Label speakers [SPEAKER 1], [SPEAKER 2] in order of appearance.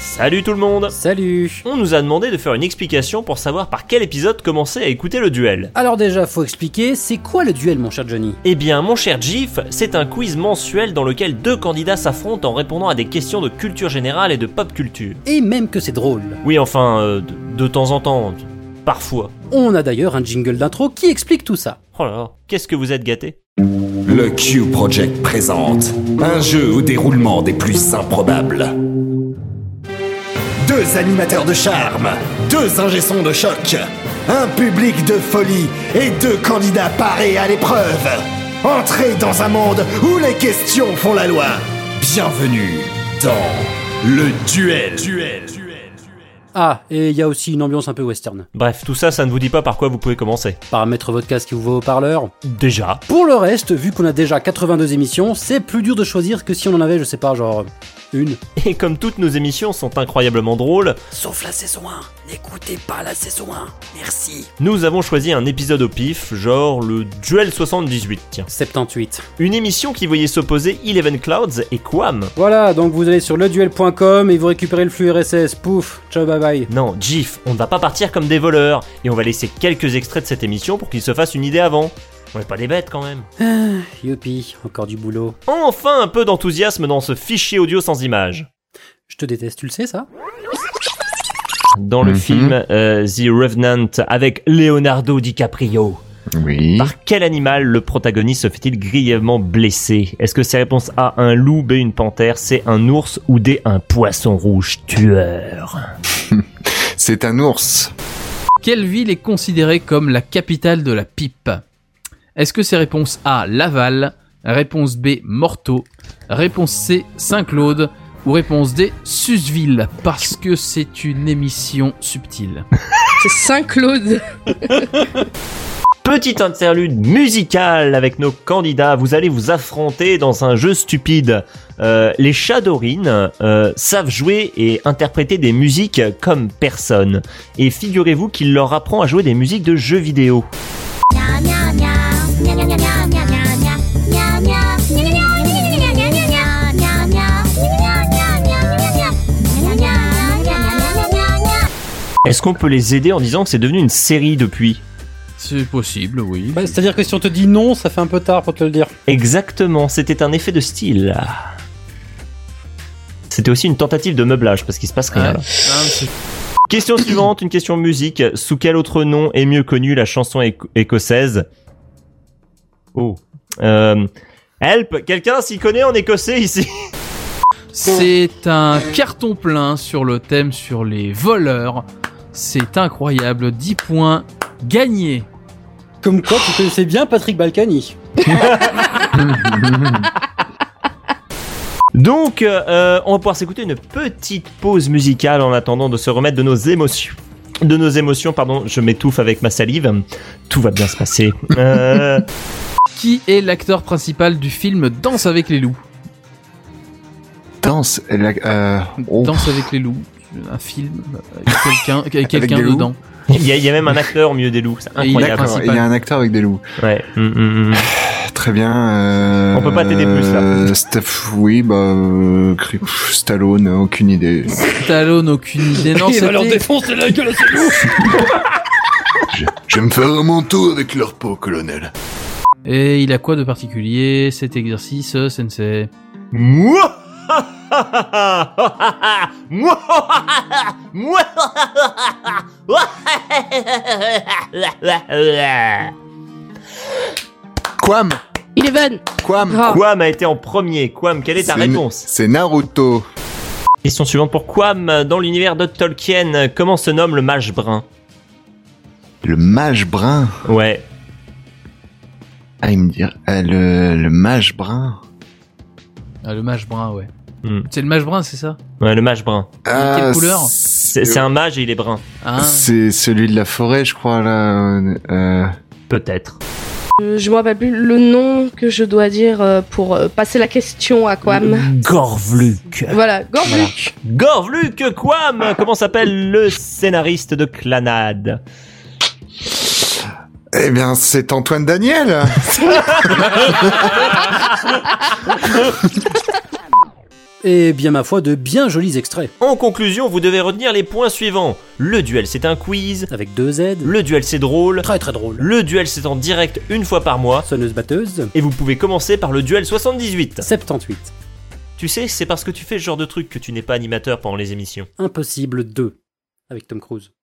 [SPEAKER 1] Salut tout le monde
[SPEAKER 2] Salut
[SPEAKER 1] On nous a demandé de faire une explication pour savoir par quel épisode commencer à écouter le duel.
[SPEAKER 2] Alors déjà, faut expliquer, c'est quoi le duel mon cher Johnny
[SPEAKER 1] Eh bien, mon cher Jif, c'est un quiz mensuel dans lequel deux candidats s'affrontent en répondant à des questions de culture générale et de pop culture.
[SPEAKER 2] Et même que c'est drôle.
[SPEAKER 1] Oui, enfin, euh, de, de temps en temps, parfois.
[SPEAKER 2] On a d'ailleurs un jingle d'intro qui explique tout ça.
[SPEAKER 1] Oh là là, qu'est-ce que vous êtes gâtés
[SPEAKER 3] Le Q Project présente un jeu au déroulement des plus improbables. Deux animateurs de charme, deux ingessons de choc, un public de folie et deux candidats parés à l'épreuve. Entrez dans un monde où les questions font la loi. Bienvenue dans le duel.
[SPEAKER 2] Ah, et il y a aussi une ambiance un peu western.
[SPEAKER 1] Bref, tout ça, ça ne vous dit pas par quoi vous pouvez commencer.
[SPEAKER 2] Paramètre votre casque qui vous va au parleur.
[SPEAKER 1] Déjà.
[SPEAKER 2] Pour le reste, vu qu'on a déjà 82 émissions, c'est plus dur de choisir que si on en avait, je sais pas, genre... Une.
[SPEAKER 1] Et comme toutes nos émissions sont incroyablement drôles,
[SPEAKER 2] Sauf la saison 1. N'écoutez pas la saison 1. Merci.
[SPEAKER 1] nous avons choisi un épisode au pif, genre le Duel 78, tiens.
[SPEAKER 2] 78.
[SPEAKER 1] Une émission qui voyait s'opposer Eleven Clouds et Quam.
[SPEAKER 2] Voilà, donc vous allez sur leduel.com et vous récupérez le flux RSS. Pouf, ciao bye bye.
[SPEAKER 1] Non, Jif, on ne va pas partir comme des voleurs, et on va laisser quelques extraits de cette émission pour qu'ils se fassent une idée avant. On n'est pas des bêtes quand même.
[SPEAKER 2] Youpi, encore du boulot.
[SPEAKER 1] Enfin un peu d'enthousiasme dans ce fichier audio sans images.
[SPEAKER 2] Je te déteste, tu le sais ça
[SPEAKER 1] Dans le film euh, The Revenant avec Leonardo DiCaprio,
[SPEAKER 4] Oui.
[SPEAKER 1] par quel animal le protagoniste se fait-il grièvement blesser Est-ce que c'est réponse A un loup, B une panthère, C un ours ou D un poisson rouge tueur
[SPEAKER 4] C'est un ours.
[SPEAKER 5] Quelle ville est considérée comme la capitale de la pipe Est-ce que c'est réponse A Laval, réponse B Morteau, réponse C Saint-Claude ou réponse D Susville parce que c'est une émission subtile.
[SPEAKER 6] C'est Saint-Claude.
[SPEAKER 1] Petite interlude musicale avec nos candidats. Vous allez vous affronter dans un jeu stupide. Euh, les chats d'Aurine, euh, savent jouer et interpréter des musiques comme personne. Et figurez-vous qu'il leur apprend à jouer des musiques de jeux vidéo. Est-ce qu'on peut les aider en disant que c'est devenu une série depuis
[SPEAKER 5] C'est possible, oui.
[SPEAKER 2] Bah, c'est-à-dire que si on te dit non, ça fait un peu tard pour te le dire.
[SPEAKER 1] Exactement, c'était un effet de style. C'était aussi une tentative de meublage parce qu'il se passe rien.
[SPEAKER 5] Ouais.
[SPEAKER 1] là.
[SPEAKER 5] Ah, c'est-
[SPEAKER 1] Question suivante, une question musique. Sous quel autre nom est mieux connue la chanson éco- écossaise Oh. Euh, help, quelqu'un s'y connaît en écossais ici
[SPEAKER 5] C'est un carton plein sur le thème sur les voleurs. C'est incroyable, 10 points gagnés.
[SPEAKER 2] Comme quoi, tu connaissais bien Patrick Balkany.
[SPEAKER 1] Donc, euh, on va pouvoir s'écouter une petite pause musicale en attendant de se remettre de nos émotions. De nos émotions, pardon, je m'étouffe avec ma salive. Tout va bien se passer. Euh,
[SPEAKER 5] Qui est l'acteur principal du film Danse avec les loups
[SPEAKER 4] Danse. la- euh, oh.
[SPEAKER 5] Danse avec les loups, un film euh, avec quelqu'un avec quelqu'un
[SPEAKER 4] des loups.
[SPEAKER 5] dedans.
[SPEAKER 1] Il y, a- il y a même un acteur au milieu des loups, c'est
[SPEAKER 5] Et il a
[SPEAKER 1] incroyable.
[SPEAKER 4] D'accord, il y a un acteur avec des loups.
[SPEAKER 1] Ouais. hum, hum, hum.
[SPEAKER 4] Très bien. euh,
[SPEAKER 1] On peut pas t'aider plus, là.
[SPEAKER 4] euh, Steph, oui, bah, euh, Cri- pff, Stallone, aucune idée.
[SPEAKER 5] Stallone, aucune idée. Non, c'était
[SPEAKER 2] défoncer bah, la gueule
[SPEAKER 7] Je, je vais me faire un manteau avec leur peau, colonel.
[SPEAKER 5] Et il a quoi de particulier cet exercice, euh, Sensei
[SPEAKER 1] Moi Moi Moi
[SPEAKER 4] Quam
[SPEAKER 6] Eleven.
[SPEAKER 4] Quam
[SPEAKER 6] Ah.
[SPEAKER 1] Quam a été en premier. Quam, quelle est ta
[SPEAKER 4] C'est-
[SPEAKER 1] réponse
[SPEAKER 4] C'est Naruto.
[SPEAKER 1] Question suivante pour Quam. Dans l'univers de Tolkien, comment se nomme le mage brun
[SPEAKER 4] Le mage brun.
[SPEAKER 1] Ouais.
[SPEAKER 4] Ah, il me dit. euh, le, le mage brun.
[SPEAKER 5] Ah, Le mage brun, ouais.
[SPEAKER 1] Hmm.
[SPEAKER 5] C'est le mage brun, c'est ça
[SPEAKER 1] Ouais, le mage brun.
[SPEAKER 4] Ah,
[SPEAKER 5] quelle couleur
[SPEAKER 1] C'est c'est un mage et il est brun.
[SPEAKER 5] Hein
[SPEAKER 4] C'est celui de la forêt, je crois, là. euh, euh,
[SPEAKER 1] Peut-être.
[SPEAKER 6] Euh, je me rappelle plus le nom que je dois dire euh, pour euh, passer la question à Quam.
[SPEAKER 1] Gorvluc.
[SPEAKER 6] Voilà, Gorbuc.
[SPEAKER 1] Gorvluc Quam Comment s'appelle le scénariste de Clanade
[SPEAKER 4] Eh bien, c'est Antoine Daniel.
[SPEAKER 2] et bien ma foi de bien jolis extraits.
[SPEAKER 1] En conclusion, vous devez retenir les points suivants. Le duel, c'est un quiz.
[SPEAKER 2] Avec deux Z,
[SPEAKER 1] Le duel, c'est drôle.
[SPEAKER 2] très très drôle.
[SPEAKER 1] Le duel, c'est en direct une fois par mois.
[SPEAKER 2] Sonneuse batteuse,
[SPEAKER 1] Et vous pouvez commencer par le duel 78.
[SPEAKER 2] 78.
[SPEAKER 1] Tu sais, c'est parce que tu fais ce genre de truc que tu n'es pas animateur pendant les émissions.
[SPEAKER 2] Impossible 2, avec Tom Cruise.